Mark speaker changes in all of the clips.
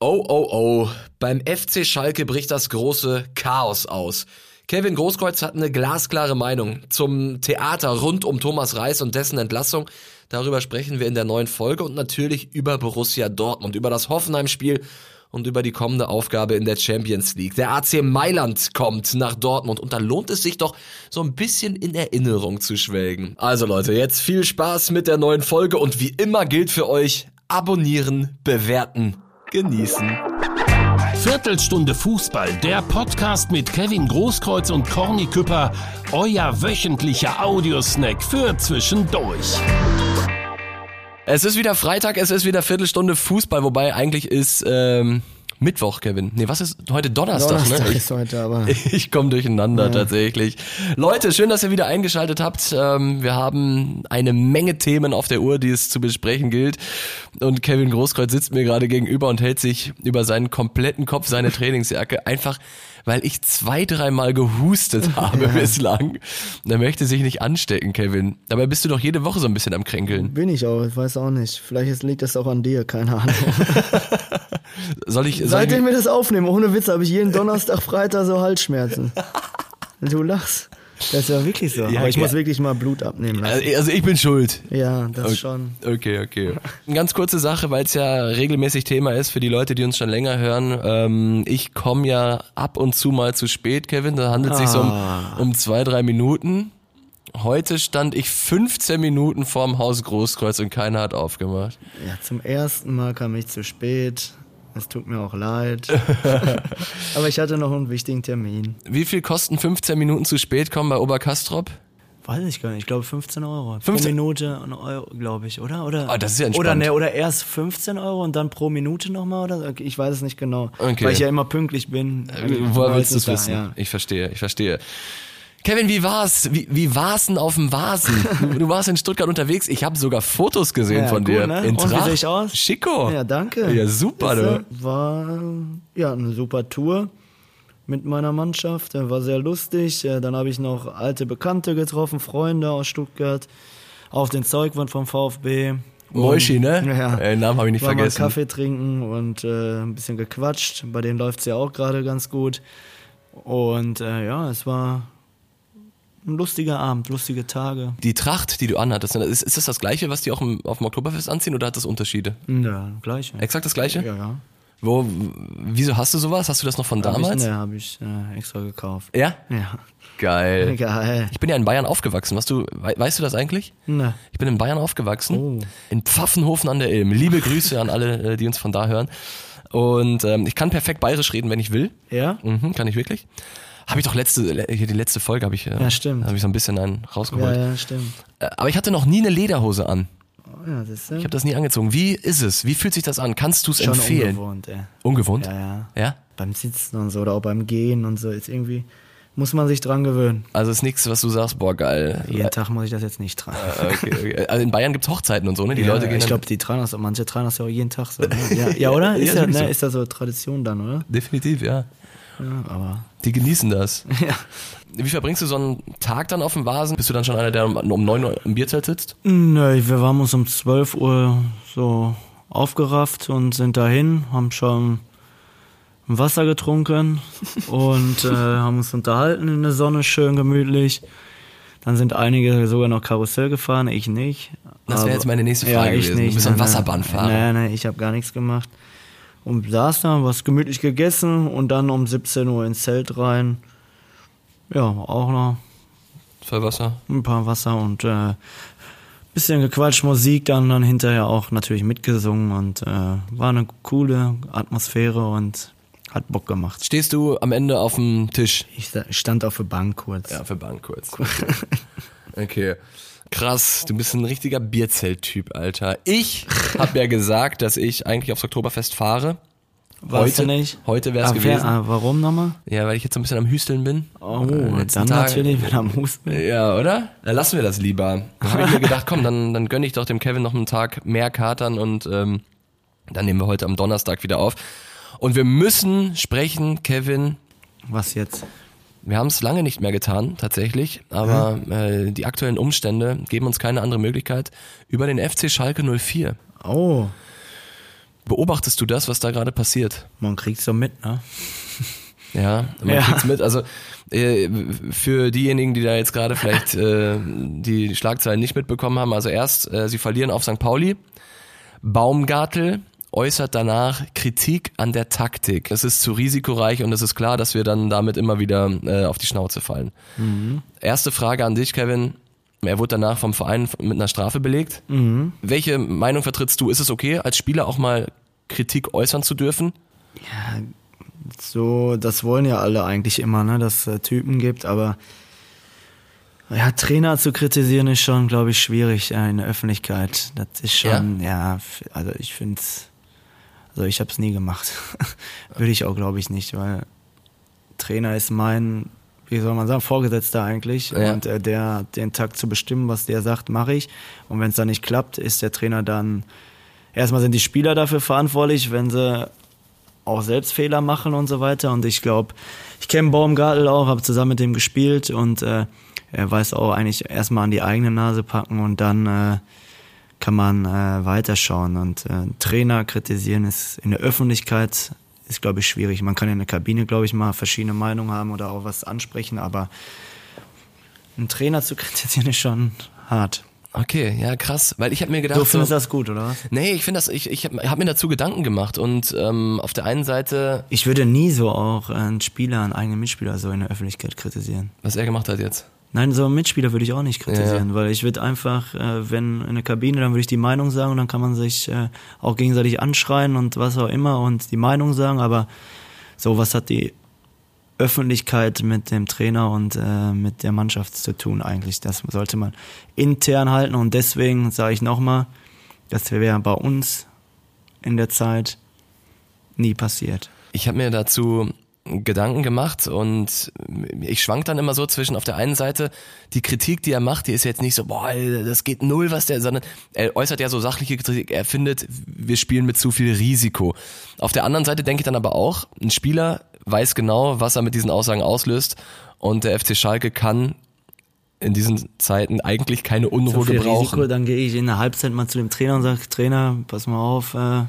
Speaker 1: Oh, oh, oh. Beim FC Schalke bricht das große Chaos aus. Kevin Großkreuz hat eine glasklare Meinung zum Theater rund um Thomas Reis und dessen Entlassung. Darüber sprechen wir in der neuen Folge und natürlich über Borussia Dortmund, über das Hoffenheim-Spiel und über die kommende Aufgabe in der Champions League. Der AC Mailand kommt nach Dortmund und da lohnt es sich doch, so ein bisschen in Erinnerung zu schwelgen. Also Leute, jetzt viel Spaß mit der neuen Folge und wie immer gilt für euch, abonnieren, bewerten genießen.
Speaker 2: Viertelstunde Fußball, der Podcast mit Kevin Großkreuz und Corny Küpper, euer wöchentlicher Audiosnack für zwischendurch.
Speaker 1: Es ist wieder Freitag, es ist wieder Viertelstunde Fußball, wobei eigentlich ist ähm, Mittwoch, Kevin. Nee, was ist heute Donnerstag,
Speaker 3: Donnerstag
Speaker 1: ne?
Speaker 3: ist heute, aber
Speaker 1: Ich, ich komme durcheinander tatsächlich. Leute, schön, dass ihr wieder eingeschaltet habt. Ähm, wir haben eine Menge Themen auf der Uhr, die es zu besprechen gilt. Und Kevin Großkreuz sitzt mir gerade gegenüber und hält sich über seinen kompletten Kopf seine Trainingsjacke einfach weil ich zwei, dreimal gehustet habe bislang. Und er möchte sich nicht anstecken, Kevin. Dabei bist du doch jede Woche so ein bisschen am Kränkeln.
Speaker 3: bin ich auch, ich weiß auch nicht. Vielleicht ist- liegt das auch an dir, keine Ahnung.
Speaker 1: Soll ich, soll ich
Speaker 3: Seitdem wir das aufnehmen, ohne Witz, habe ich jeden Donnerstag, Freitag so Halsschmerzen. Du lachst. Das ist ja wirklich so.
Speaker 1: Ja,
Speaker 3: aber ich
Speaker 1: ja.
Speaker 3: muss wirklich mal Blut abnehmen lassen.
Speaker 1: also ich bin schuld.
Speaker 3: Ja, das schon.
Speaker 1: Okay, okay. Eine ganz kurze Sache, weil es ja regelmäßig Thema ist für die Leute, die uns schon länger hören. Ähm, ich komme ja ab und zu mal zu spät, Kevin. Da handelt es sich so um,
Speaker 3: Ah.
Speaker 1: um zwei, drei Minuten. Heute stand ich 15 Minuten vorm Haus Großkreuz und keiner hat aufgemacht.
Speaker 3: Ja, zum ersten Mal kam ich zu spät. Es tut mir auch leid. aber ich hatte noch einen wichtigen Termin.
Speaker 1: Wie viel kosten 15 Minuten zu spät kommen bei Oberkastrop?
Speaker 3: Weiß ich gar nicht, ich glaube 15 Euro.
Speaker 1: 15
Speaker 3: Pro Minute ein Euro, glaube ich, oder? oder?
Speaker 1: Ah, das ist ja entspannt.
Speaker 3: Oder, ne, oder erst 15 Euro und dann pro Minute nochmal, oder? Okay, Ich weiß es nicht genau,
Speaker 1: Okay. Äh,
Speaker 3: weil ich ja immer pünktlich bin.
Speaker 1: Woher willst du es
Speaker 3: Meistens da,
Speaker 1: wissen?
Speaker 3: Ja.
Speaker 1: Ich verstehe, ich verstehe. Kevin, wie war's? Wie, wie war's denn auf dem Vasen? Du, du warst in Stuttgart unterwegs. Ich habe sogar Fotos gesehen
Speaker 3: Ja,
Speaker 1: von
Speaker 3: gut,
Speaker 1: dir.
Speaker 3: ne?
Speaker 1: In
Speaker 3: Und wie
Speaker 1: Tracht.
Speaker 3: sehe ich aus?
Speaker 1: Schicko.
Speaker 3: Ja, danke.
Speaker 1: Oh. Ja, super,
Speaker 3: Siehste,
Speaker 1: du.
Speaker 3: War ja eine super Tour mit meiner Mannschaft. War sehr lustig. Äh, Dann habe ich noch alte Bekannte getroffen, Freunde aus Stuttgart, auf den Zeugwand vom VfB.
Speaker 1: Moischi,
Speaker 3: Und-
Speaker 1: ne?
Speaker 3: Ja.
Speaker 1: Äh, Namen habe ich nicht
Speaker 3: War mal
Speaker 1: vergessen.
Speaker 3: Kaffee trinken und äh, ein bisschen gequatscht. Bei denen läuft es ja auch gerade ganz gut. Und äh, ja, es war ein lustiger Abend, lustige Tage.
Speaker 1: Die Tracht, die du anhattest, ne? ist, ist das das gleiche, was die auch im, auf dem Oktoberfest anziehen oder hat das Unterschiede?
Speaker 3: Ja, gleich.
Speaker 1: Exakt das gleiche?
Speaker 3: Ja, ja.
Speaker 1: Wo, wieso hast du sowas? Hast du das noch von
Speaker 3: Hab ich,
Speaker 1: damals?
Speaker 3: ne, hab ich äh, extra gekauft.
Speaker 1: Ja?
Speaker 3: Ja.
Speaker 1: Geil.
Speaker 3: Geil.
Speaker 1: Ich bin ja in Bayern aufgewachsen. Weißt du, wei- weißt du das eigentlich?
Speaker 3: Ne.
Speaker 1: Ich bin in Bayern aufgewachsen,
Speaker 3: Oh.
Speaker 1: in Pfaffenhofen an der Ilm. Liebe Grüße an alle, äh, die uns von da hören. Und ähm, ich kann perfekt bayerisch reden, wenn ich will.
Speaker 3: Ja?
Speaker 1: Mhm, kann ich wirklich. Habe ich doch letzte, le- hier die letzte Folge habe ich, äh,
Speaker 3: Ja, stimmt.
Speaker 1: habe ich so ein bisschen einen
Speaker 3: Ja,
Speaker 1: rausgeholt.
Speaker 3: ja, stimmt.
Speaker 1: Äh, Aber ich hatte noch nie eine Lederhose an.
Speaker 3: Oh, ja, das ist
Speaker 1: Ich habe das nie angezogen. Wie ist es? Wie fühlt sich das an? Kannst du es
Speaker 3: schon
Speaker 1: empfehlen?
Speaker 3: ungewohnt, ey.
Speaker 1: Ungewohnt?
Speaker 3: Ja, ja.
Speaker 1: ja?
Speaker 3: Beim Sitzen und so oder auch beim Gehen und so ist irgendwie, muss man sich dran gewöhnen.
Speaker 1: Also ist nichts, was du sagst, boah, geil.
Speaker 3: Jeden Tag muss ich das jetzt nicht tragen.
Speaker 1: Äh, Okay, okay. Also in Bayern gibt's Hochzeiten und so, ne? Die
Speaker 3: ja,
Speaker 1: Leute gehen
Speaker 3: ich
Speaker 1: dann-
Speaker 3: glaube, die tragen das, manche tragen das ja auch jeden Tag so. Ne? Ja, ja, oder? Ist
Speaker 1: Ja,
Speaker 3: ja,
Speaker 1: sowieso.
Speaker 3: ne, ist das so Tradition dann, oder?
Speaker 1: Definitiv, ja.
Speaker 3: Ja, aber.
Speaker 1: Die genießen das.
Speaker 3: Ja.
Speaker 1: Wie verbringst du so einen Tag dann auf dem Vasen? Bist du dann schon einer, der um, um 9 Uhr im Bierzelt sitzt?
Speaker 3: Nö, wir haben uns um 12 Uhr so aufgerafft und sind dahin, haben schon Wasser getrunken und äh, haben uns unterhalten in der Sonne, schön gemütlich. Dann sind einige sogar noch Karussell gefahren, ich nicht.
Speaker 1: Das wäre
Speaker 3: Aber-
Speaker 1: jetzt meine nächste Frage
Speaker 3: ja, ich
Speaker 1: gewesen. Du
Speaker 3: Nicht,
Speaker 1: bist ein
Speaker 3: Nein, nein.
Speaker 1: Wasserbahnfahrer.
Speaker 3: Nein, nein, ich habe gar nichts gemacht. Und saß da, was gemütlich gegessen und dann um 17 Uhr ins Zelt rein. Ja, auch noch
Speaker 1: Voll Wasser.
Speaker 3: ein paar Wasser und äh, bisschen gequatscht, Musik dann, dann hinterher auch natürlich mitgesungen und äh, war eine coole Atmosphäre und hat Bock gemacht.
Speaker 1: Stehst du am Ende auf dem Tisch?
Speaker 3: Ich sta- stand auf der Bank kurz.
Speaker 1: Ja, für Bahn kurz. Okay. Krass, du bist ein richtiger Bierzelt-Typ, Alter. Ich habe ja gesagt, dass ich eigentlich aufs Oktoberfest fahre.
Speaker 3: Weißt
Speaker 1: heute
Speaker 3: du nicht?
Speaker 1: Heute wäre es
Speaker 3: Ah, wer-
Speaker 1: gewesen.
Speaker 3: ah, warum nochmal?
Speaker 1: Ja, weil ich jetzt so ein bisschen am Hüsteln bin.
Speaker 3: Oh,
Speaker 1: Äh, letzten
Speaker 3: dann
Speaker 1: Tage.
Speaker 3: natürlich, wenn am Husten.
Speaker 1: Ja, oder? Dann lassen wir das lieber. Da habe ich mir gedacht, komm, dann, dann gönne ich doch dem Kevin noch einen Tag mehr Katern und ähm, dann nehmen wir heute am Donnerstag wieder auf. Und wir müssen sprechen, Kevin.
Speaker 3: Was jetzt?
Speaker 1: Wir haben es lange nicht mehr getan, tatsächlich, aber äh, die aktuellen Umstände geben uns keine andere Möglichkeit über den FC Schalke 04.
Speaker 3: Oh,
Speaker 1: Beobachtest du das, was da gerade passiert?
Speaker 3: Man kriegt's ja mit, ne?
Speaker 1: Ja, man
Speaker 3: Ja.
Speaker 1: kriegt's mit. Also äh, für diejenigen, die da jetzt gerade vielleicht äh, die Schlagzeilen nicht mitbekommen haben, also erst, äh, sie verlieren auf St. Pauli. Baumgartel äußert danach Kritik an der Taktik. Es ist zu risikoreich und es ist klar, dass wir dann damit immer wieder äh, auf die Schnauze fallen.
Speaker 3: Mhm.
Speaker 1: Erste Frage an dich, Kevin. Er wurde danach vom Verein mit einer Strafe belegt.
Speaker 3: Mhm.
Speaker 1: Welche Meinung vertrittst du? Ist es okay, als Spieler auch mal Kritik äußern zu dürfen?
Speaker 3: So, das wollen ja alle eigentlich immer, ne? Dass äh, Typen gibt, aber ja, Trainer zu kritisieren ist schon, glaube ich, schwierig äh, in der Öffentlichkeit. Das ist schon, ja, f- also ich finde es, also ich habe es nie gemacht. Würde ich auch, glaube ich, nicht, weil Trainer ist mein, wie soll man sagen, Vorgesetzter eigentlich.
Speaker 1: Ja.
Speaker 3: Und äh, der hat den Takt zu bestimmen, was der sagt, mache ich. Und wenn es dann nicht klappt, ist der Trainer dann, erstmal sind die Spieler dafür verantwortlich, wenn sie auch selbst Fehler machen und so weiter. Und ich glaube, ich kenne Baumgartel auch, habe zusammen mit dem gespielt und äh, er weiß auch eigentlich erstmal an die eigene Nase packen und dann äh, kann man äh, weiterschauen. Und äh, Trainer kritisieren ist in der Öffentlichkeit, ist glaube ich schwierig. Man kann in der Kabine, glaube ich, mal verschiedene Meinungen haben oder auch was ansprechen, aber einen Trainer zu kritisieren ist schon hart.
Speaker 1: Okay, ja, krass. Weil ich habe mir gedacht,
Speaker 3: Du findest
Speaker 1: so,
Speaker 3: das gut, oder was?
Speaker 1: nee, ich finde das, ich, ich habe hab mir dazu Gedanken gemacht und ähm, auf der einen Seite,
Speaker 3: Ich würde nie so auch einen Spieler, einen eigenen Mitspieler so in der Öffentlichkeit kritisieren.
Speaker 1: was er gemacht hat jetzt.
Speaker 3: Nein, so einen Mitspieler würde ich auch nicht kritisieren, weil ich würde einfach, äh, wenn in der Kabine, dann würde ich die Meinung sagen und dann kann man sich äh, auch gegenseitig anschreien und was auch immer und die Meinung sagen, aber so was hat die Öffentlichkeit mit dem Trainer und äh, mit der Mannschaft zu tun eigentlich. Das sollte man intern halten und deswegen sage ich nochmal, das wäre bei uns in der Zeit nie passiert.
Speaker 1: Ich habe mir dazu Gedanken gemacht und ich schwank dann immer so zwischen auf der einen Seite die Kritik, die er macht, die ist jetzt nicht so, boah, das geht null, was der, sondern er äußert ja so sachliche Kritik, er findet, wir spielen mit zu viel Risiko. Auf der anderen Seite denke ich dann aber auch, ein Spieler weiß genau, was er mit diesen Aussagen auslöst und der FC Schalke kann in diesen Zeiten eigentlich keine Unruhe
Speaker 3: viel
Speaker 1: gebrauchen.
Speaker 3: Risiko, dann gehe ich in der Halbzeit mal zu dem Trainer und sage, Trainer, pass mal auf, äh,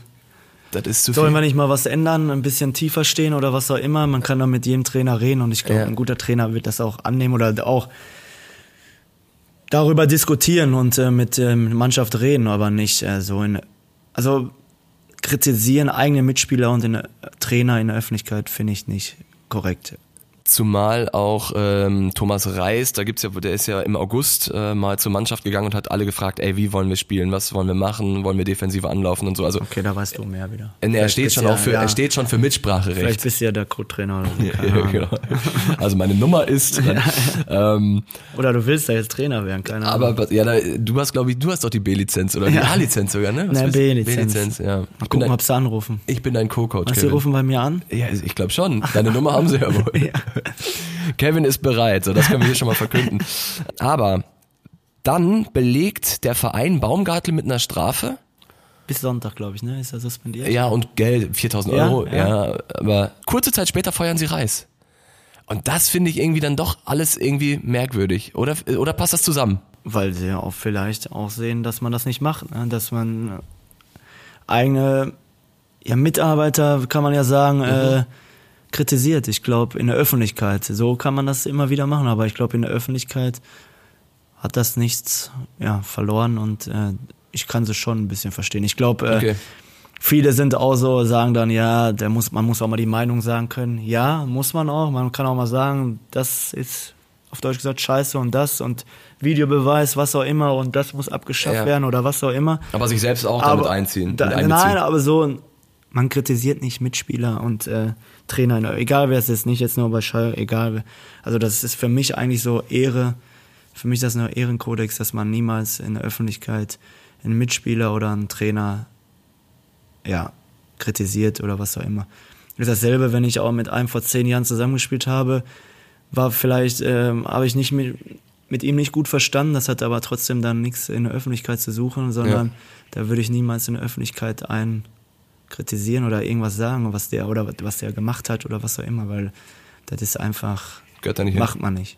Speaker 1: Das ist zu viel.
Speaker 3: Sollen wir nicht mal was ändern, ein bisschen tiefer stehen oder was auch immer? Man kann da mit jedem Trainer reden und ich glaube,
Speaker 1: Ja.
Speaker 3: ein guter Trainer wird das auch annehmen oder auch darüber diskutieren und äh, mit der Mannschaft reden, aber nicht äh, so in. Also kritisieren eigene Mitspieler und den äh, Trainer in der Öffentlichkeit finde ich nicht korrekt.
Speaker 1: Zumal auch ähm, Thomas Reis, da gibt's ja, der ist ja im August äh, mal zur Mannschaft gegangen und hat alle gefragt, ey, wie wollen wir spielen, was wollen wir machen, wollen wir defensive anlaufen und so. Also
Speaker 3: Okay, da weißt du mehr wieder.
Speaker 1: äh, er
Speaker 3: Vielleicht
Speaker 1: steht
Speaker 3: bist
Speaker 1: schon
Speaker 3: ja-
Speaker 1: auch für,
Speaker 3: ja,
Speaker 1: er steht schon für Mitspracherecht.
Speaker 3: Vielleicht bist du ja der Co-Trainer oder so. keine
Speaker 1: Ja,
Speaker 3: Ahnung.
Speaker 1: genau. Also meine Nummer ist. ähm,
Speaker 3: Oder du willst ja jetzt Trainer werden, keine Ahnung.
Speaker 1: aber was- ja, da, du hast, glaube ich, du hast doch die B-Lizenz oder die
Speaker 3: Ja.
Speaker 1: A-Lizenz sogar, ne? Was
Speaker 3: Nein,
Speaker 1: bist-
Speaker 3: B-Lizenz.
Speaker 1: B-Lizenz, ja.
Speaker 3: Mal
Speaker 1: Ich bin,
Speaker 3: gucken,
Speaker 1: dein,
Speaker 3: ob sie anrufen.
Speaker 1: ich bin dein Co-Coach.
Speaker 3: Hast du,
Speaker 1: Kevin.
Speaker 3: rufen bei mir an?
Speaker 1: Ja, also ich glaube schon. Deine Nummer haben sie ja wohl. Kevin ist bereit, so das können wir hier schon mal verkünden. Aber dann belegt der Verein Baumgartel mit einer Strafe.
Speaker 3: Bis Sonntag, glaube ich, ne? Ist er suspendiert?
Speaker 1: Ja, und Geld, 4000
Speaker 3: Ja,
Speaker 1: Euro. Ja.
Speaker 3: ja.
Speaker 1: aber kurze Zeit später feuern sie Reis. Und das finde ich irgendwie dann doch alles irgendwie merkwürdig. Oder, oder passt das zusammen?
Speaker 3: Weil sie ja auch vielleicht auch sehen, dass man das nicht macht, ne? Dass man äh, eigene ja, Mitarbeiter, kann man ja sagen, äh, kritisiert. Ich glaube, in der Öffentlichkeit. So kann man das immer wieder machen, aber ich glaube, in der Öffentlichkeit hat das nichts ja, verloren und äh, ich kann sie schon ein bisschen verstehen. Ich glaube, äh,
Speaker 1: Okay.
Speaker 3: Viele sind auch so, sagen dann, ja, der muss, man muss auch mal die Meinung sagen können. Ja, muss man auch. Man kann auch mal sagen, das ist auf Deutsch gesagt scheiße und das und Videobeweis, was auch immer und das muss abgeschafft
Speaker 1: Ja.
Speaker 3: werden oder was auch immer.
Speaker 1: Aber sich selbst auch damit einziehen.
Speaker 3: Da,
Speaker 1: mit einbeziehen.
Speaker 3: nein, aber so, man kritisiert nicht Mitspieler und äh, Trainer, egal wer es ist, nicht jetzt nur bei Schall, egal. wer. Also das ist für mich eigentlich so Ehre, für mich das ist nur Ehrenkodex, dass man niemals in der Öffentlichkeit einen Mitspieler oder einen Trainer ja, kritisiert oder was auch immer. Ist dasselbe, wenn ich auch mit einem vor zehn Jahren zusammengespielt habe, war vielleicht, ähm, habe ich nicht mit, mit ihm nicht gut verstanden, das hat aber trotzdem dann nichts in der Öffentlichkeit zu suchen, sondern
Speaker 1: Ja.
Speaker 3: da würde ich niemals in der Öffentlichkeit einen kritisieren oder irgendwas sagen, was der oder was der gemacht hat oder was auch immer, weil das ist einfach,
Speaker 1: Gehört da nicht hin.
Speaker 3: macht man nicht.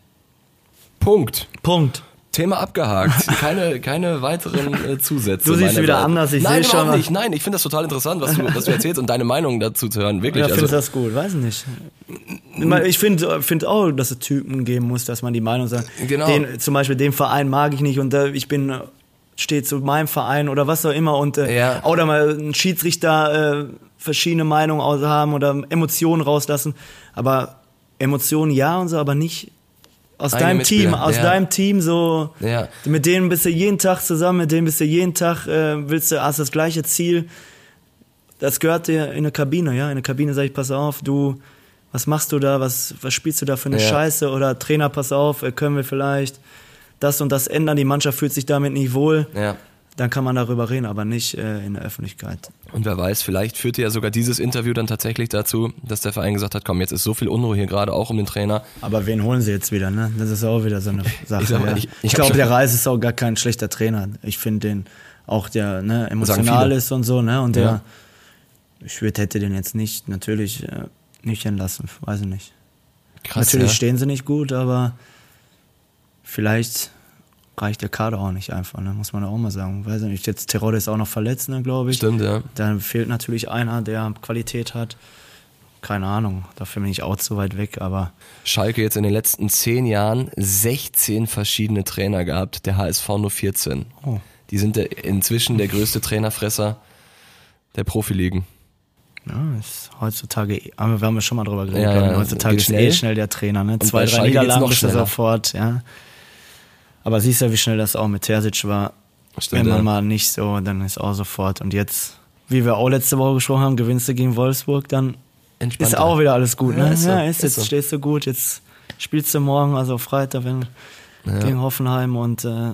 Speaker 1: Punkt.
Speaker 3: Punkt.
Speaker 1: Thema abgehakt. Keine, keine weiteren äh, Zusätze.
Speaker 3: Du siehst
Speaker 1: meiner
Speaker 3: wieder
Speaker 1: Seite.
Speaker 3: anders, ich
Speaker 1: Nein,
Speaker 3: seh
Speaker 1: überhaupt
Speaker 3: schon.
Speaker 1: nicht. Nein, ich finde das total interessant, was du, was du erzählst und deine Meinung dazu zu hören. Wirklich.
Speaker 3: Oder findest du
Speaker 1: also,
Speaker 3: das gut? Weiß nicht. Ich meine, Ich finde find auch, dass es Typen geben muss, dass man die Meinung sagt.
Speaker 1: Genau.
Speaker 3: Den, zum Beispiel, den Verein mag ich nicht und äh, ich bin äh, stehe zu meinem Verein oder was auch immer. Und, äh,
Speaker 1: Ja.
Speaker 3: Oder mal ein Schiedsrichter äh, verschiedene Meinungen aus- haben oder Emotionen rauslassen. Aber Emotionen ja und so, aber nicht aus
Speaker 1: Eigene
Speaker 3: deinem Team.
Speaker 1: Mitspieler,
Speaker 3: Aus
Speaker 1: ja.
Speaker 3: deinem Team so.
Speaker 1: Ja.
Speaker 3: Mit denen bist du jeden Tag zusammen, mit denen bist du jeden Tag, äh, willst du, hast das gleiche Ziel. Das gehört dir in der Kabine, ja. In der Kabine sage ich, pass auf, du, was machst du da, was, was spielst du da für eine
Speaker 1: Ja.
Speaker 3: Scheiße? Oder Trainer, pass auf, äh, können wir vielleicht das und das ändern, die Mannschaft fühlt sich damit nicht wohl.
Speaker 1: ja.
Speaker 3: Dann kann man darüber reden, aber nicht äh, in der Öffentlichkeit.
Speaker 1: Und wer weiß, vielleicht führte ja sogar dieses Interview dann tatsächlich dazu, dass der Verein gesagt hat, komm, jetzt ist so viel Unruhe hier gerade auch um den Trainer.
Speaker 3: Aber wen holen sie jetzt wieder, ne? Das ist auch wieder so eine Sache.
Speaker 1: Ich sag mal,
Speaker 3: ja.
Speaker 1: ich- ich
Speaker 3: ich,
Speaker 1: hab
Speaker 3: glaube,
Speaker 1: schon-
Speaker 3: der Reis ist auch gar kein schlechter Trainer. Ich finde den auch, der ne, emotional
Speaker 1: viele.
Speaker 3: ist und so, ne? Und der,
Speaker 1: Ja.
Speaker 3: ich würd, hätte den jetzt nicht, natürlich äh, nicht entlassen, weiß ich nicht.
Speaker 1: Krass,
Speaker 3: Natürlich
Speaker 1: ja.
Speaker 3: stehen sie nicht gut, aber vielleicht reicht der Kader auch nicht einfach, ne? muss man auch mal sagen. Weiß ich nicht, jetzt Terodde ist auch noch verletzt, ne, glaube ich.
Speaker 1: Stimmt, ja.
Speaker 3: Dann fehlt natürlich einer, der Qualität hat. Keine Ahnung, dafür bin ich auch zu weit weg, aber
Speaker 1: Schalke jetzt in den letzten zehn Jahren 16 verschiedene Trainer gehabt, der HSV nur 14.
Speaker 3: Oh.
Speaker 1: Die sind der, inzwischen der größte Trainerfresser der Profiligen.
Speaker 3: ja, ist heutzutage, eh- aber wir haben ja schon mal drüber geredet,
Speaker 1: Ja,
Speaker 3: glaube ich.
Speaker 1: ja,
Speaker 3: heutzutage
Speaker 1: geht
Speaker 3: ist
Speaker 1: schnell.
Speaker 3: eh schnell der Trainer, ne? Zwei, drei
Speaker 1: Schalke geht's noch
Speaker 3: Niederlagen bist du
Speaker 1: schneller.
Speaker 3: sofort, ja. Aber siehst du, wie schnell das auch mit Terzic war. Wenn man
Speaker 1: ja.
Speaker 3: mal nicht so, dann ist auch sofort. Und jetzt, wie wir auch letzte Woche gesprochen haben, gewinnst du gegen Wolfsburg, dann ist
Speaker 1: Entspannter.
Speaker 3: auch wieder alles gut. Ne?
Speaker 1: Ja,
Speaker 3: Ja,
Speaker 1: ist
Speaker 3: ist,
Speaker 1: so, ist
Speaker 3: jetzt
Speaker 1: so.
Speaker 3: stehst du gut, jetzt spielst du morgen, also Freitag wenn, gegen Hoffenheim und äh,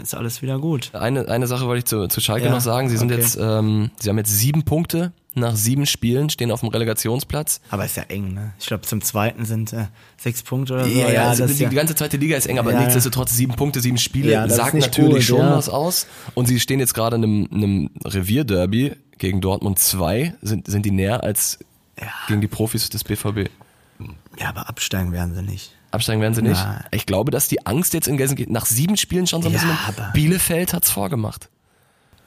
Speaker 3: ist alles wieder gut.
Speaker 1: Eine, eine Sache wollte ich zu, zu Schalke
Speaker 3: Ja,
Speaker 1: noch sagen. Sie sind
Speaker 3: okay.
Speaker 1: jetzt, ähm, sie haben jetzt sieben Punkte nach sieben Spielen, stehen auf dem Relegationsplatz.
Speaker 3: Aber ist ja eng, ne? Ich glaube, zum zweiten sind äh, sechs Punkte oder so.
Speaker 1: also
Speaker 3: das
Speaker 1: die
Speaker 3: ist ja-
Speaker 1: ganze zweite Liga ist eng, aber
Speaker 3: Ja, ja.
Speaker 1: nichtsdestotrotz sieben Punkte, sieben Spiele
Speaker 3: Ja, das ist
Speaker 1: sagen
Speaker 3: nicht
Speaker 1: natürlich
Speaker 3: gut,
Speaker 1: schon
Speaker 3: ja.
Speaker 1: was aus. Und sie stehen jetzt gerade in einem, einem Revierderby gegen Dortmund 2. Sind, sind die näher als gegen die Profis des BVB?
Speaker 3: ja, aber absteigen werden sie nicht.
Speaker 1: Absteigen werden sie nicht.
Speaker 3: Nein.
Speaker 1: Ich glaube, dass die Angst jetzt in Gelsenkirchen nach sieben Spielen schon so ein
Speaker 3: Ja,
Speaker 1: bisschen.
Speaker 3: aber-
Speaker 1: Bielefeld hat's vorgemacht.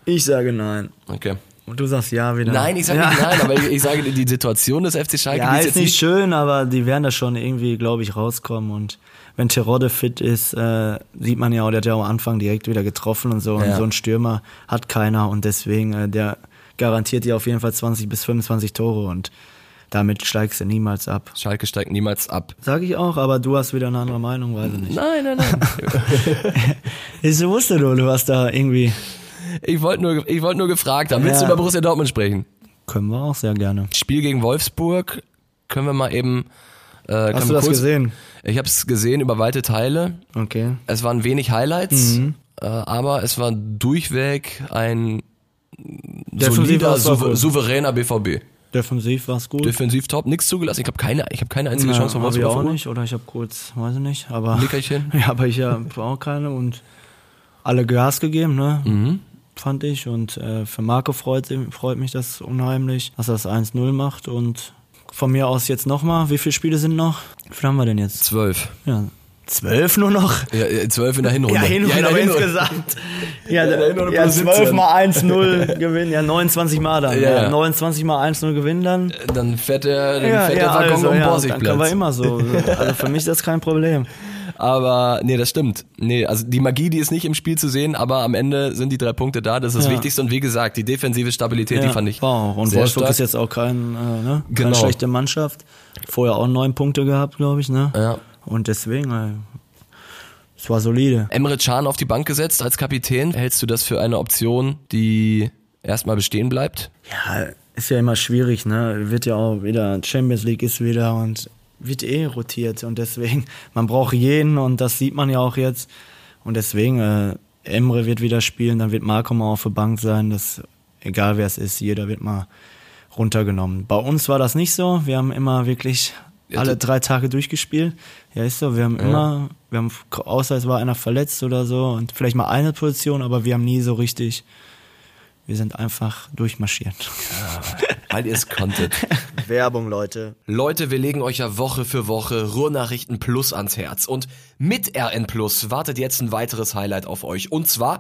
Speaker 3: Ich sage nein.
Speaker 1: Okay.
Speaker 3: Und du sagst ja wieder.
Speaker 1: Nein, ich sage
Speaker 3: ja.
Speaker 1: nicht nein, aber ich, ich sage, die Situation des FC Schalke
Speaker 3: Ja,
Speaker 1: die
Speaker 3: ist,
Speaker 1: jetzt
Speaker 3: nicht schön, aber die werden da schon irgendwie, glaube ich, rauskommen. Und wenn Terodde fit ist, äh, sieht man ja auch, der hat ja am Anfang direkt wieder getroffen und so.
Speaker 1: Ja.
Speaker 3: Und so ein Stürmer hat keiner und deswegen, äh, der garantiert dir auf jeden Fall 20 bis 25 Tore und damit steigst du niemals ab.
Speaker 1: Schalke steigt niemals ab.
Speaker 3: Sag ich auch, aber du hast wieder eine andere Meinung, weiß ich nicht.
Speaker 1: Nein, nein, nein.
Speaker 3: Ich wusste nur, du hast da irgendwie.
Speaker 1: ich wollte nur, ich wollte nur gefragt haben. Willst
Speaker 3: Ja.
Speaker 1: du über Borussia Dortmund sprechen?
Speaker 3: Können wir auch sehr gerne.
Speaker 1: Spiel gegen Wolfsburg können wir mal eben. Äh, können
Speaker 3: Hast
Speaker 1: wir
Speaker 3: du das
Speaker 1: kurz-
Speaker 3: gesehen?
Speaker 1: Ich habe es gesehen über weite Teile.
Speaker 3: Okay.
Speaker 1: Es waren wenig Highlights, äh, aber es war durchweg ein
Speaker 3: Defensiv
Speaker 1: solider,
Speaker 3: war's doch
Speaker 1: souver
Speaker 3: gut.
Speaker 1: souveräner BVB.
Speaker 3: Defensiv war es gut.
Speaker 1: Defensiv top, nichts zugelassen. Ich habe keine, ich habe keine einzige
Speaker 3: Ja,
Speaker 1: Chance von
Speaker 3: hab ich
Speaker 1: Wolfsburg.
Speaker 3: auch
Speaker 1: verloren.
Speaker 3: nicht, oder ich habe kurz, weiß ich nicht, aber.
Speaker 1: Nickerchen?
Speaker 3: Ja, aber ich habe auch keine und alle Gas gegeben, ne? Fand ich. Und äh, für Marco freut, freut mich das unheimlich, dass er das 1-0 macht. Und von mir aus jetzt nochmal, wie viele Spiele sind noch? Wie viele haben wir denn jetzt?
Speaker 1: Zwölf.
Speaker 3: Ja. Zwölf nur noch?
Speaker 1: Ja, äh, zwölf in der Hinrunde.
Speaker 3: Oh, Ja, Hinrunde,
Speaker 1: in der
Speaker 3: aber
Speaker 1: Hinrunde.
Speaker 3: insgesamt. Ja,
Speaker 1: der Hinrunde
Speaker 3: ja,
Speaker 1: plus
Speaker 3: 12
Speaker 1: 17.
Speaker 3: mal 1-0 gewinnen, ja 29 mal dann.
Speaker 1: Ja,
Speaker 3: Ja,
Speaker 1: ja.
Speaker 3: 29 mal 1-0 gewinnen dann.
Speaker 1: Dann fährt der, dann fährt der Balkon
Speaker 3: also,
Speaker 1: um den
Speaker 3: ja, dann können wir
Speaker 1: Borsigplatz.
Speaker 3: immer so. Also für mich ist das kein Problem.
Speaker 1: Aber nee, das stimmt. Nee, also die Magie, die ist nicht im Spiel zu sehen, aber am Ende sind die drei Punkte da. Das ist das
Speaker 3: Ja.
Speaker 1: Wichtigste. Und wie gesagt, die defensive Stabilität, die fand ich.
Speaker 3: Wow. Und
Speaker 1: sehr
Speaker 3: Wolfsburg
Speaker 1: stark.
Speaker 3: ist jetzt auch kein, äh, ne? keine
Speaker 1: Genau.
Speaker 3: schlechte Mannschaft. Vorher auch neun Punkte gehabt, glaube ich. Ne?
Speaker 1: Ja.
Speaker 3: Und deswegen, äh, es war solide.
Speaker 1: Emre Can auf die Bank gesetzt als Kapitän. Hältst du das für eine Option, die erstmal bestehen bleibt?
Speaker 3: Ja, ist ja immer schwierig. Ne? Wird ja auch wieder, Champions League ist wieder und wird eh rotiert. Und deswegen, man braucht jeden und das sieht man ja auch jetzt. Und deswegen, äh, Emre wird wieder spielen, dann wird Marco mal auf der Bank sein. Das, egal wer es ist, jeder wird mal runtergenommen. Bei uns war das nicht so. Wir haben immer wirklich
Speaker 1: Ja,
Speaker 3: alle
Speaker 1: du-
Speaker 3: drei Tage durchgespielt. Ja, ist so. Wir haben immer, wir haben, außer es war einer verletzt oder so und vielleicht mal eine Position, aber wir haben nie so richtig, wir sind einfach durchmarschiert.
Speaker 1: Weil ihr es konntet.
Speaker 4: Werbung, Leute.
Speaker 1: Leute, wir legen euch ja Woche für Woche Ruhrnachrichten Plus ans Herz. Und mit RN Plus wartet jetzt ein weiteres Highlight auf euch. Und zwar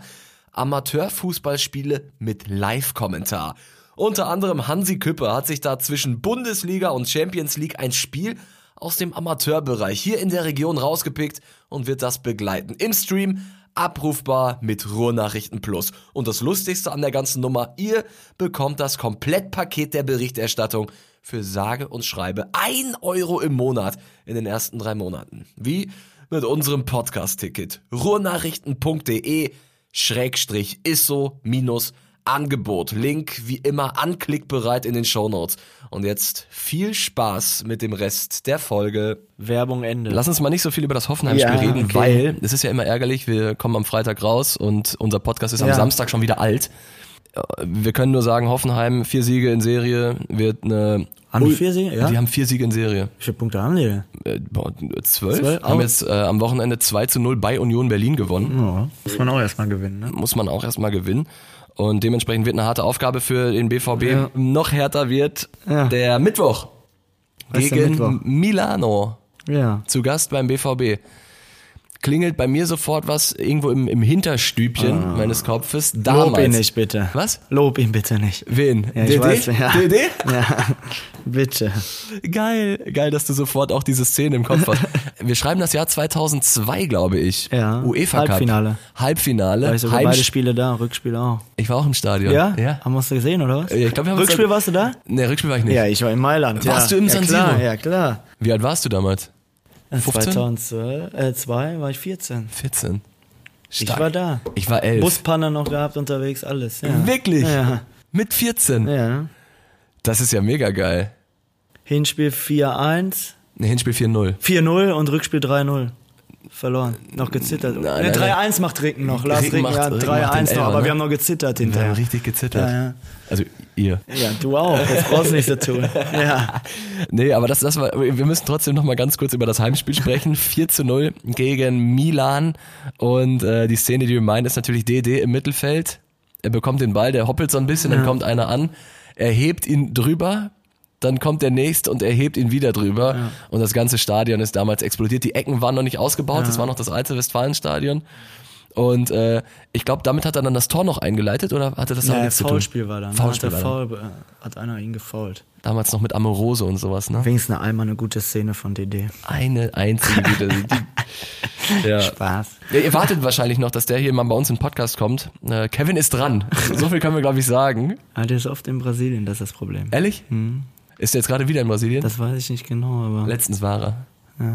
Speaker 1: Amateurfußballspiele mit Live-Kommentar. Unter anderem Hansi Küppe hat sich da zwischen Bundesliga und Champions League ein Spiel aus dem Amateurbereich hier in der Region rausgepickt und wird das begleiten. Im Stream abrufbar mit Ruhrnachrichten Plus. Und das Lustigste an der ganzen Nummer, ihr bekommt das Komplettpaket der Berichterstattung für sage und schreibe 1 Euro im Monat in den ersten drei Monaten. Wie? Mit unserem Podcast-Ticket. ruhrnachrichten.de Schrägstrich ISO minus Angebot. Link wie immer anklickbereit in den Shownotes. Und jetzt viel Spaß mit dem Rest der Folge.
Speaker 3: Werbung Ende.
Speaker 1: Lass uns mal nicht so viel über das Hoffenheim-Spiel
Speaker 4: Ja,
Speaker 1: reden,
Speaker 4: okay.
Speaker 1: weil es ist ja immer ärgerlich, wir kommen am Freitag raus und unser Podcast ist am
Speaker 4: Ja.
Speaker 1: Samstag schon wieder alt. Äh, Wir können nur sagen, Hoffenheim, vier Siege in Serie, wird eine...
Speaker 3: Haben die
Speaker 1: Ui,
Speaker 3: vier Siege? Ja.
Speaker 1: Die haben vier Siege in Serie.
Speaker 3: Wie viele Punkte haben die denn?
Speaker 1: Äh, boah, zwölf?
Speaker 3: Zwölf,
Speaker 1: haben
Speaker 3: auch.
Speaker 1: jetzt äh, am Wochenende 2 zu 0 bei Union Berlin gewonnen.
Speaker 3: Ja, muss man auch erstmal gewinnen, ne?
Speaker 1: muss man auch erstmal gewinnen. Und dementsprechend wird eine harte Aufgabe für den BVB.
Speaker 3: Ja.
Speaker 1: Noch härter wird
Speaker 3: Ja.
Speaker 1: der Mittwoch
Speaker 3: Was ist der
Speaker 1: gegen
Speaker 3: Mittwoch?
Speaker 1: Milano
Speaker 3: Ja.
Speaker 1: zu Gast beim BVB. Klingelt bei mir sofort was irgendwo im, im Hinterstübchen meines Kopfes. Damals.
Speaker 3: Ah. Lob ihn nicht, bitte.
Speaker 1: Was?
Speaker 3: Lob ihn bitte nicht.
Speaker 1: Wen?
Speaker 3: Ja, ich
Speaker 1: DD?
Speaker 3: weiß, ja.
Speaker 1: DD?
Speaker 3: Ja, bitte.
Speaker 1: Geil. Geil, dass du sofort auch diese Szene im Kopf hast. Wir schreiben das Jahr 2002, glaube ich.
Speaker 3: Ja.
Speaker 1: UEFA Cup.
Speaker 3: Halbfinale.
Speaker 1: Halbfinale.
Speaker 3: Weil ich sogar
Speaker 1: Heimst-
Speaker 3: beide Spiele da, Rückspiel auch.
Speaker 1: ich war auch im Stadion.
Speaker 3: Ja?
Speaker 1: ja.
Speaker 3: Haben wir es gesehen, oder was?
Speaker 1: Ja, ich glaub, wir haben uns
Speaker 3: Rückspiel
Speaker 1: da-
Speaker 3: warst du da?
Speaker 1: Nee, Rückspiel war ich nicht.
Speaker 3: Ja, ich war in Mailand.
Speaker 1: Warst
Speaker 3: ja.
Speaker 1: du im
Speaker 3: ja,
Speaker 1: San
Speaker 3: klar,
Speaker 1: Siro? Äh,
Speaker 3: Ja, klar.
Speaker 1: Wie alt warst du damals? 15?
Speaker 3: 2002 äh, zwei war ich 14.
Speaker 1: 14.
Speaker 3: Ich war da.
Speaker 1: Ich war 11.
Speaker 3: Buspanne noch gehabt unterwegs, alles. Ja.
Speaker 1: Wirklich?
Speaker 3: Ja.
Speaker 1: Mit 14.
Speaker 3: ja.
Speaker 1: Das ist ja mega geil.
Speaker 3: Hinspiel 4-1,
Speaker 1: Nee, Hinspiel 4-0.
Speaker 3: 4-0 und Rückspiel 3-0. Verloren. Noch gezittert.
Speaker 1: Nein,
Speaker 3: ne,
Speaker 1: nein,
Speaker 3: 3-1 macht Ricken noch. Lars
Speaker 1: Ricken macht-
Speaker 3: Ricken, ja,
Speaker 1: Ricken macht
Speaker 3: 3-1
Speaker 1: den
Speaker 3: noch,
Speaker 1: Elfer,
Speaker 3: aber
Speaker 1: ne?
Speaker 3: wir haben noch gezittert hinterher.
Speaker 1: richtig gezittert.
Speaker 3: Ja, ja.
Speaker 1: Also ihr.
Speaker 3: Ja, du auch. Das brauchst du nicht so tun. Ja.
Speaker 1: Nee, aber das, das war, wir müssen trotzdem noch mal ganz kurz über das Heimspiel sprechen. 4 zu 0 gegen Milan. Und äh, die Szene, die wir meinen, ist natürlich DD im Mittelfeld. Er bekommt den Ball, der hoppelt so ein bisschen, dann kommt einer an. Er hebt ihn drüber, dann kommt der nächste und er hebt ihn wieder drüber. Und das ganze Stadion ist damals explodiert. Die Ecken waren noch nicht ausgebaut, das war noch das alte Westfalenstadion. Und äh, ich glaube, damit hat er dann das Tor noch eingeleitet oder hatte das damit
Speaker 3: Ja,
Speaker 1: nichts zu tun?
Speaker 3: Foulspiel war dann.
Speaker 1: Foulspiel
Speaker 3: hat, der
Speaker 1: war
Speaker 3: Foul, äh, hat einer ihn gefault.
Speaker 1: Damals noch mit Amorose und sowas, ne?
Speaker 3: Wenigstens einmal eine gute Szene von DD.
Speaker 1: Eine einzige gute. Die, ja.
Speaker 3: Spaß.
Speaker 1: Ja, ihr wartet wahrscheinlich noch, dass der hier mal bei uns in den Podcast kommt. Äh, Kevin ist dran. So viel können wir, glaube ich, sagen.
Speaker 3: Ah, der ist oft in Brasilien, das ist das Problem.
Speaker 1: Ehrlich? Ist der jetzt gerade wieder in Brasilien?
Speaker 3: Das weiß ich nicht genau, aber.
Speaker 1: Letztens war er.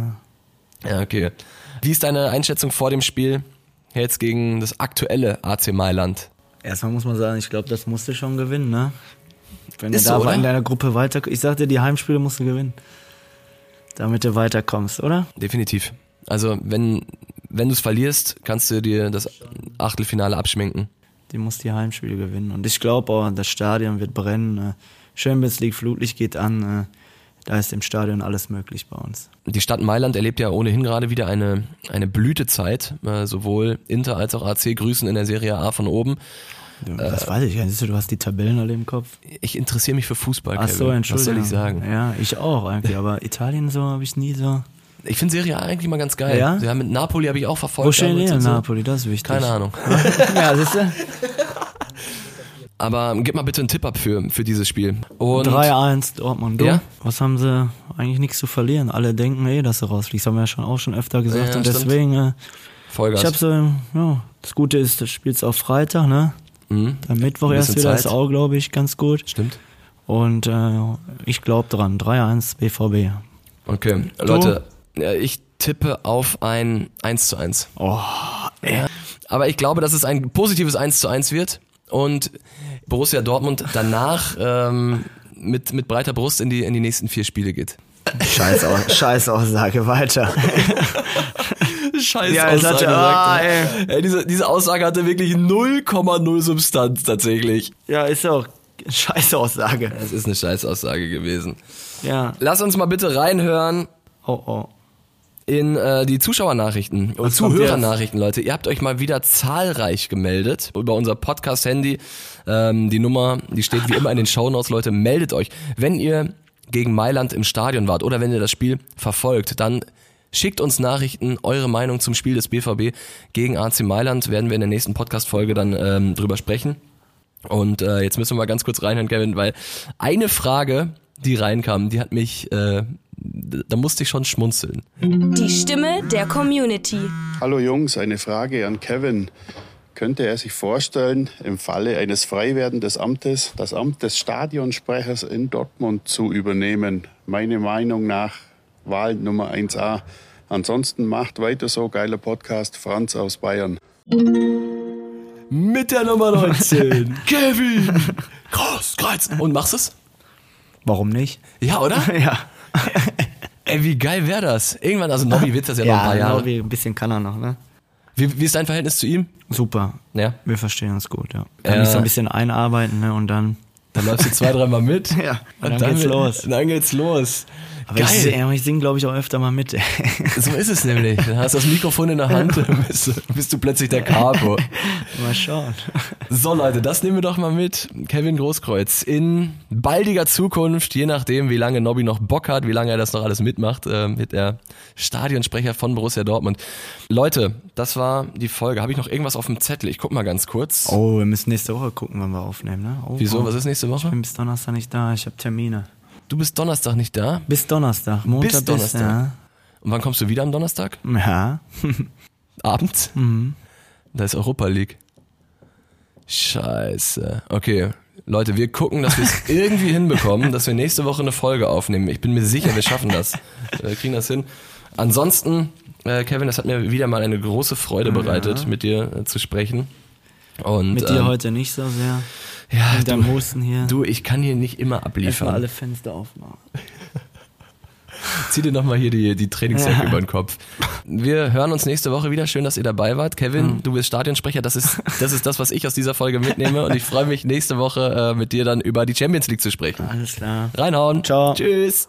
Speaker 1: Ja. okay. Wie ist deine Einschätzung vor dem Spiel jetzt gegen das aktuelle AC Mailand?
Speaker 3: Erstmal muss man sagen, ich glaube, das musst du schon gewinnen, ne? Wenn
Speaker 1: Ist
Speaker 3: du da
Speaker 1: so, oder?
Speaker 3: in deiner Gruppe weiter. Ich sag dir, die Heimspiele musst du gewinnen. Damit du weiterkommst, oder?
Speaker 1: Definitiv. Also, wenn, wenn du es verlierst, kannst du dir das Achtelfinale abschminken.
Speaker 3: Die muss die Heimspiele gewinnen. Und ich glaube auch, das Stadion wird brennen. äh, Champions League Flutlicht geht an. äh, Da ist im Stadion alles möglich bei uns.
Speaker 1: Die Stadt Mailand erlebt ja ohnehin gerade wieder eine, eine Blütezeit. Äh, sowohl Inter als auch AC grüßen in der Serie A von oben. Äh.
Speaker 3: Das weiß ich ja. Siehst du, du hast die Tabellen alle im Kopf.
Speaker 1: Ich interessiere mich für Fußball.
Speaker 3: Ach so,
Speaker 1: Kevin. Was
Speaker 3: Entschuldigung.
Speaker 1: soll ich sagen?
Speaker 3: Ja, ich auch eigentlich. Aber Italien so habe ich nie so.
Speaker 1: Ich finde Serie A eigentlich mal ganz geil.
Speaker 3: Ja?
Speaker 1: mit Napoli habe ich auch verfolgt.
Speaker 3: Wo stehen die
Speaker 1: damals
Speaker 3: in
Speaker 1: und so.
Speaker 3: Napoli? Das ist wichtig.
Speaker 1: Keine Ahnung.
Speaker 3: Ja, siehst du?
Speaker 1: Aber gib mal bitte einen Tipp ab für, für dieses Spiel. Und
Speaker 3: 3-1 Dortmund. Du?
Speaker 1: Ja.
Speaker 3: Was haben sie eigentlich nichts zu verlieren? Alle denken eh, dass sie rausfliegst. Haben wir ja schon auch schon öfter gesagt.
Speaker 1: Ja,
Speaker 3: und
Speaker 1: stimmt.
Speaker 3: deswegen, äh,
Speaker 1: Vollgas.
Speaker 3: ich habe so, ja, das Gute ist, das spielst auf Freitag, ne?
Speaker 1: Mhm.
Speaker 3: Am Mittwoch
Speaker 1: Ein
Speaker 3: erst
Speaker 1: bisschen
Speaker 3: wieder
Speaker 1: Zeit.
Speaker 3: ist auch, glaube ich, ganz gut.
Speaker 1: Stimmt.
Speaker 3: Und äh, ich glaube dran. 3-1 BVB.
Speaker 1: Okay, Leute, äh, ich tippe auf ein 1 zu 1.
Speaker 3: Oh,
Speaker 1: Ja. Aber ich glaube, dass es ein positives 1 zu 1 wird und Borussia Dortmund danach ähm, mit, mit breiter Brust in die, in die nächsten vier Spiele geht.
Speaker 4: Scheiß, Au Scheiß Aussage, weiter.
Speaker 1: Scheiße,
Speaker 3: Ja, es hatte- ah,
Speaker 1: ey. diese, diese Aussage hatte wirklich 0,0 Substanz tatsächlich.
Speaker 3: Ja, ist auch.
Speaker 4: Scheiß Aussage.
Speaker 1: Das ist eine Scheißaussage gewesen.
Speaker 3: Ja.
Speaker 1: Lass uns mal bitte reinhören
Speaker 3: Oh, oh.
Speaker 1: in äh, die Zuschauernachrichten und
Speaker 3: kommt
Speaker 1: Zuhörernachrichten, Leute. Ihr habt euch mal wieder zahlreich gemeldet über unser Podcast-Handy. Ähm, die Nummer, die steht wie immer in den Shownotes, Leute. Meldet euch, wenn ihr gegen Mailand im Stadion wart oder wenn ihr das Spiel verfolgt, dann schickt uns Nachrichten, eure Meinung zum Spiel des BVB gegen AC Mailand. Werden wir in der nächsten Podcast-Folge dann ähm, drüber sprechen. Und äh, jetzt müssen wir mal ganz kurz reinhören, Kevin, weil eine Frage, die reinkam, die hat mich, äh, da musste ich schon schmunzeln.
Speaker 5: Die Stimme der Community.
Speaker 6: Hallo Jungs, eine Frage an Kevin. Könnte er sich vorstellen, im Falle eines Freiwerden des Amtes das Amt des Stadionsprechers in Dortmund zu übernehmen? Meine Meinung nach Wahl Nummer 1a. Ansonsten macht weiter so, geiler Podcast, Franz aus Bayern.
Speaker 1: Mit der Nummer 19, Kevin, Kreuz, Kreuz. Und machst es?
Speaker 4: Warum nicht?
Speaker 1: Ja, oder?
Speaker 4: Ja.
Speaker 1: Ey, wie geil wäre das? Irgendwann, also Nobby wird das ja, noch ein paar Jahre.
Speaker 4: Norwegen, genau ein bisschen kann er noch, ne?
Speaker 1: Wie, wie ist dein Verhältnis zu ihm?
Speaker 4: Super.
Speaker 1: Ja,
Speaker 4: Wir verstehen uns gut, ja. Kann
Speaker 1: Äh.
Speaker 4: mich so ein bisschen einarbeiten, ne? Und dann.
Speaker 1: dann läufst du zwei, dreimal mit.
Speaker 4: Ja, und dann geht's los.
Speaker 1: Dann geht's los.
Speaker 4: Aber ich, sing- aber ich singe, glaube ich, auch öfter mal mit.
Speaker 1: So ist es nämlich. Dann hast du das Mikrofon in der Hand und bist, du- bist du plötzlich der Capo.
Speaker 4: mal schauen.
Speaker 1: So Leute, das nehmen wir doch mal mit. Kevin Großkreuz in baldiger Zukunft, je nachdem wie lange Nobby noch Bock hat, wie lange er das noch alles mitmacht, äh, wird er Stadionsprecher von Borussia Dortmund. Leute, das war die Folge. Habe ich noch irgendwas auf dem Zettel? Ich guck mal ganz kurz.
Speaker 4: Oh, wir müssen nächste Woche gucken, wann wir aufnehmen, ne? Oh,
Speaker 1: Wieso?
Speaker 4: oh.
Speaker 1: Was ist nächste Woche?
Speaker 4: Ich bin bis Donnerstag nicht da, ich habe Termine.
Speaker 1: Du bist Donnerstag nicht da.
Speaker 4: Bis Donnerstag. Montag bis
Speaker 1: Donnerstag. Und wann kommst du wieder am Donnerstag?
Speaker 4: Ja. ja.
Speaker 1: Abends?
Speaker 4: Mhm.
Speaker 1: Da ist Europa League. Scheiße. Okay. Leute, wir gucken, dass wir es irgendwie hinbekommen, dass wir nächste Woche eine Folge aufnehmen. Ich bin mir sicher, wir schaffen das. Wir kriegen das hin. Ansonsten, äh, Kevin, das hat mir wieder mal eine große Freude bereitet, mit dir äh, zu sprechen. Und,
Speaker 4: Mit dir
Speaker 1: ähm,
Speaker 4: heute nicht so sehr.
Speaker 1: Ja,
Speaker 4: Mit deinem
Speaker 1: du,
Speaker 4: Husten hier.
Speaker 1: du, ich kann hier nicht immer
Speaker 4: Erstmal
Speaker 1: abliefern.
Speaker 4: alle Fenster aufmachen.
Speaker 1: Zieh dir nochmal hier die, die Trainingsjacke über den Kopf. Wir hören uns nächste Woche wieder. Schön, dass ihr dabei wart. Kevin, du bist Stadionsprecher. Das ist, das ist das, was ich aus dieser Folge mitnehme. Und ich freue mich, nächste Woche äh, mit dir dann über die Champions League zu sprechen.
Speaker 4: Alles klar.
Speaker 1: Reinhauen.
Speaker 4: Ciao.
Speaker 1: Tschüss.